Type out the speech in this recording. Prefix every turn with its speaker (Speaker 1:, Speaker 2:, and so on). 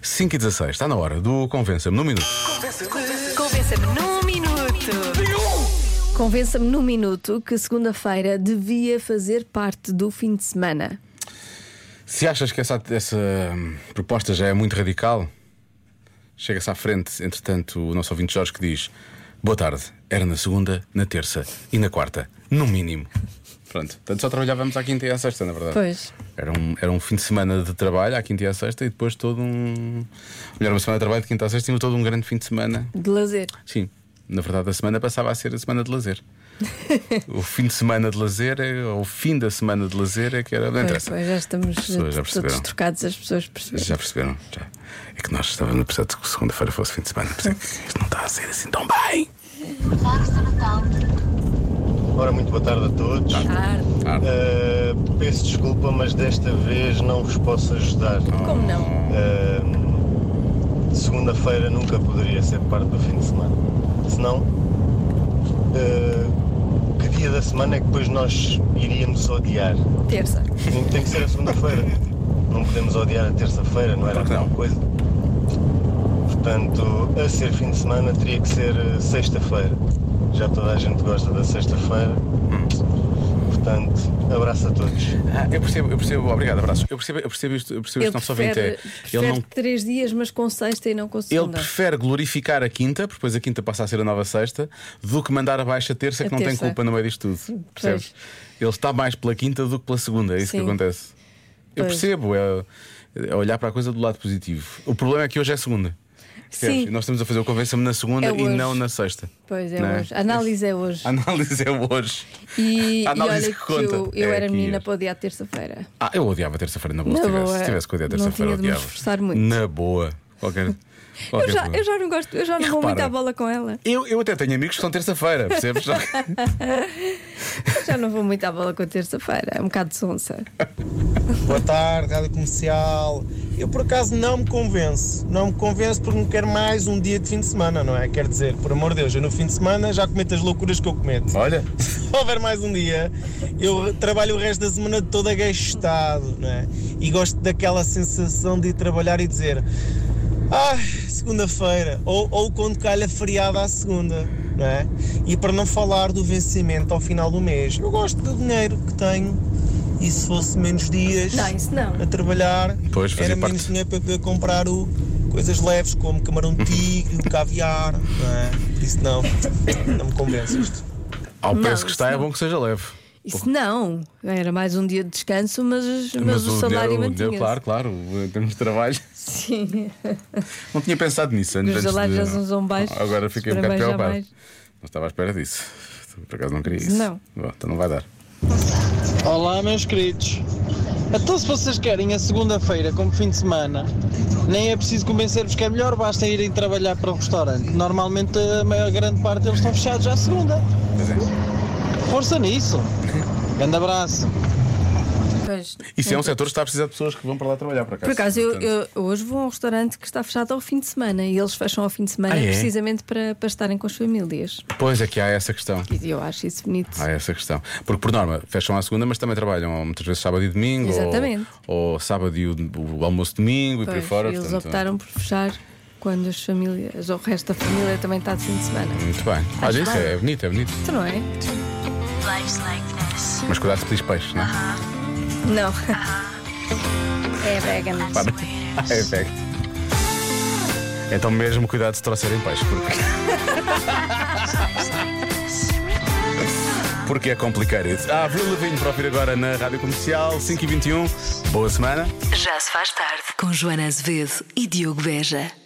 Speaker 1: 5 e 16, está na hora do Convença-me num minuto.
Speaker 2: Convença-me num minuto.
Speaker 3: Convença-me num minuto que segunda-feira devia fazer parte do fim de semana.
Speaker 1: Se achas que essa, essa hum, proposta já é muito radical, chega-se à frente, entretanto, o nosso ouvinte Jorge que diz: Boa tarde, era na segunda, na terça e na quarta, no mínimo. Pronto, portanto só trabalhávamos à quinta e à sexta, na verdade.
Speaker 3: Pois.
Speaker 1: Era um, era um fim de semana de trabalho, à quinta e à sexta, e depois todo um. Melhor, uma semana de trabalho de quinta à sexta, tínhamos todo um grande fim de semana
Speaker 3: De lazer.
Speaker 1: Sim, na verdade a semana passava a ser a semana de lazer. o fim de semana de lazer, é- ou o fim da semana de lazer é que era. Não
Speaker 3: Pois,
Speaker 1: interessa.
Speaker 3: pois, já estamos
Speaker 1: pessoas já perceberam.
Speaker 3: todos trocados, as pessoas perceberam.
Speaker 1: Já perceberam? Já. É que nós estávamos a precisar de que segunda-feira fosse fim de semana, por isso é que isto não está a ser assim tão bem.
Speaker 4: Ora, muito boa tarde a todos. Eh, peço desculpa, mas desta vez não vos posso ajudar.
Speaker 3: Como não?
Speaker 4: Eh, Segunda-feira nunca poderia ser parte do fim de semana. Senão, eh, que dia da semana é que depois nós iríamos odiar?
Speaker 3: Terça.
Speaker 4: Tem- Tem que ser a segunda-feira. Não podemos odiar a terça-feira, não era a
Speaker 1: Claro que não.
Speaker 4: mesma coisa. Portanto, a ser fim de semana teria que ser eh, sexta-feira. Já toda a gente gosta da sexta-feira.
Speaker 1: Hum.
Speaker 4: Portanto, abraço a todos.
Speaker 1: Ah, eu percebo, eu percebo, obrigado, abraço. Eu percebo, eu percebo isto, eu percebo
Speaker 3: Ele
Speaker 1: isto não só vinte é.
Speaker 3: prefere,
Speaker 1: Ele
Speaker 3: prefere
Speaker 1: não
Speaker 3: três dias, mas com sexta e não com
Speaker 1: Ele
Speaker 3: segunda.
Speaker 1: prefere glorificar a quinta, porque depois a quinta passa a ser a nova sexta, do que mandar abaixo a terça, que não
Speaker 3: A
Speaker 1: tem
Speaker 3: terça.
Speaker 1: culpa no meio disto tudo. Percebes? Ele está mais pela quinta do que pela segunda, é isso que
Speaker 3: Sim.
Speaker 1: acontece. Eu
Speaker 3: Pois.
Speaker 1: percebo, é, é olhar para a coisa do lado positivo. O problema é que hoje é segunda. percebes?
Speaker 3: Sim.
Speaker 1: E Nós estamos a fazer o convença-me na segunda
Speaker 3: É
Speaker 1: e
Speaker 3: hoje.
Speaker 1: não na sexta.
Speaker 3: Pois é,
Speaker 1: Não é?
Speaker 3: hoje. A análise é hoje.
Speaker 1: A análise é hoje.
Speaker 3: E, e
Speaker 1: a análise
Speaker 3: olha
Speaker 1: que conta.
Speaker 3: eu, eu
Speaker 1: É
Speaker 3: era
Speaker 1: aqui
Speaker 3: menina
Speaker 1: hoje.
Speaker 3: para odiar terça-feira.
Speaker 1: Ah, eu odiava terça-feira na boa.
Speaker 3: Na
Speaker 1: se, tivesse,
Speaker 3: boa.
Speaker 1: se tivesse com a ideia de
Speaker 3: Não
Speaker 1: terça-feira,
Speaker 3: tinha de me
Speaker 1: odiava.
Speaker 3: esforçar muito.
Speaker 1: Na boa. Qualquer.
Speaker 3: Eu
Speaker 1: qualquer
Speaker 3: já,
Speaker 1: boa.
Speaker 3: eu já não gosto, eu já não vou
Speaker 1: repara.
Speaker 3: muito à bola com ela.
Speaker 1: Eu, eu até tenho amigos que são terça-feira, percebes? Só que-
Speaker 3: Eu já não vou muito à bola com a terça-feira. É um bocado de sonsa.
Speaker 5: Boa tarde, Rádio Comercial. Eu por acaso não me convenço. Não me convenço porque não quero mais um dia de fim de semana, não é? Quer dizer, por amor de Deus, eu no fim de semana já cometo as loucuras que eu cometo.
Speaker 1: Olha.
Speaker 5: Se houver mais um dia, eu trabalho o resto da semana toda gastado, não é? E gosto daquela sensação de ir trabalhar e dizer. Ah, segunda-feira, ou, ou quando calha feriado à segunda, não é? E para não falar do vencimento ao final do mês, eu gosto do dinheiro que tenho e se fosse menos dias
Speaker 3: Não, isso não.
Speaker 5: a trabalhar,
Speaker 1: Pois, fazia
Speaker 5: era
Speaker 1: parte.
Speaker 5: menos dinheiro para poder comprar o, coisas leves como camarão tigre, o caviar, não é? Por isso não, não me convence isto.
Speaker 1: Ao
Speaker 3: Não,
Speaker 1: preço que está,
Speaker 3: isso
Speaker 1: é bom que seja leve.
Speaker 3: Isso não. Era mais um dia de descanso, mas, mas, o, salário
Speaker 1: dinheiro- o dinheiro,
Speaker 3: mantinha-se.
Speaker 1: Claro, claro, o- em termos de trabalho.
Speaker 3: Sim.
Speaker 1: Não tinha pensado nisso antes.
Speaker 3: Os
Speaker 1: antes
Speaker 3: salários já
Speaker 1: de-
Speaker 3: são- são baixos.
Speaker 1: Agora fiquei um
Speaker 3: Espera
Speaker 1: bocado
Speaker 3: bem, já
Speaker 1: preocupado.
Speaker 3: mais.
Speaker 1: Não estava à espera disso. Por acaso não queria isso.
Speaker 3: Não.
Speaker 1: Bom, então não vai dar.
Speaker 5: Olá, meus queridos. Então, se vocês querem a segunda-feira como fim de semana, nem é preciso convencer-vos que é melhor, basta irem trabalhar para o restaurante. Normalmente, a maior grande parte deles estão fechados à segunda.
Speaker 1: Pois é.
Speaker 5: Força nisso. Grande abraço.
Speaker 3: Pois.
Speaker 1: Isso é um setor que está a precisar de pessoas que vão para lá trabalhar, por acaso.
Speaker 3: Por acaso, eu,
Speaker 1: Portanto,
Speaker 3: eu hoje vou a um restaurante que está fechado ao fim de semana e eles fecham ao fim de semana
Speaker 1: Ah, é?
Speaker 3: precisamente para, para estarem com as famílias.
Speaker 1: Pois é que há essa questão.
Speaker 3: E eu acho isso bonito.
Speaker 1: Há essa questão. Porque, por norma, fecham à segunda, mas também trabalham ou muitas vezes sábado e domingo. ou-
Speaker 3: Exatamente.
Speaker 1: Ou, sábado e o, o almoço domingo e por aí
Speaker 3: Pois,
Speaker 1: fora.
Speaker 3: eles
Speaker 1: portanto,
Speaker 3: optaram por fechar quando as famílias, ou o resto da família também está de fim de semana.
Speaker 1: Muito bem. Olha, isso
Speaker 3: bem.
Speaker 1: é, é bonito, é bonito.
Speaker 3: Tu não é?
Speaker 1: Mas cuidado se pedis peixe, não é?
Speaker 3: Não. É vegan.
Speaker 1: Pá, não- É vegan. Então mesmo cuidado se trouxerem peixe, porque. Porque é complicado. Ah, Avril Lavigne para ouvir agora na Rádio Comercial, 5h21. Boa semana.
Speaker 2: Já se faz tarde com Joana Azevedo e Diogo Beja.